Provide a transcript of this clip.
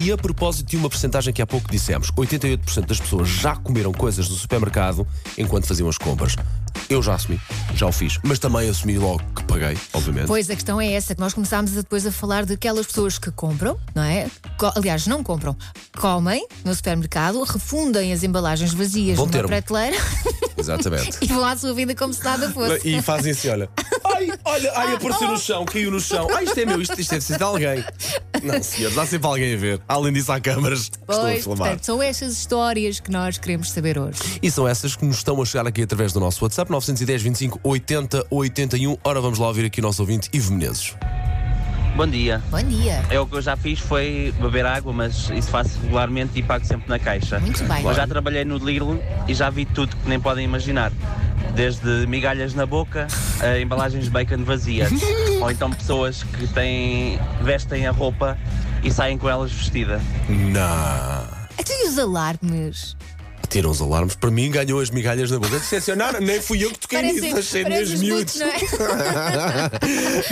E a propósito de uma percentagem que há pouco dissemos, 88% das pessoas já comeram coisas do supermercado enquanto faziam as compras. Eu já assumi, já o fiz, mas também assumi logo que paguei, obviamente. Pois a questão é essa, que nós começámos a depois a falar daquelas pessoas que compram, não é? Co- Aliás, não compram, comem no supermercado, refundem as embalagens vazias Bom numa termo. prateleira Exatamente. e vão à sua vida como se nada fosse. E fazem assim, olha. Ai, olha, ai, apareceu no chão, caiu no chão. Ai, isto é meu, isto, isto deve ser de alguém. Não, senhores, há sempre alguém a ver. Além disso, há câmaras que estão a Pois, filmar. portanto, são estas histórias que nós queremos saber hoje. E são essas que nos estão a chegar aqui através do nosso WhatsApp 910 25 80 81. Ora, vamos lá ouvir aqui o nosso ouvinte Ivo Menezes. Bom dia. Bom dia. É o que eu já fiz foi beber água, mas isso faço regularmente e pago sempre na caixa. Muito bem. Eu já trabalhei no Lidl e já vi tudo que nem podem imaginar. Desde migalhas na boca a embalagens de bacon vazias. Ou então pessoas que têm, vestem a roupa e saem com elas vestida. Não. Até e os alarmes? Tiram os alarmes. Para mim, ganhou as migalhas é? na boca. Decepcionaram, nem fui eu que toquei nisso. Achei parecem meus os putos, miúdos. não é?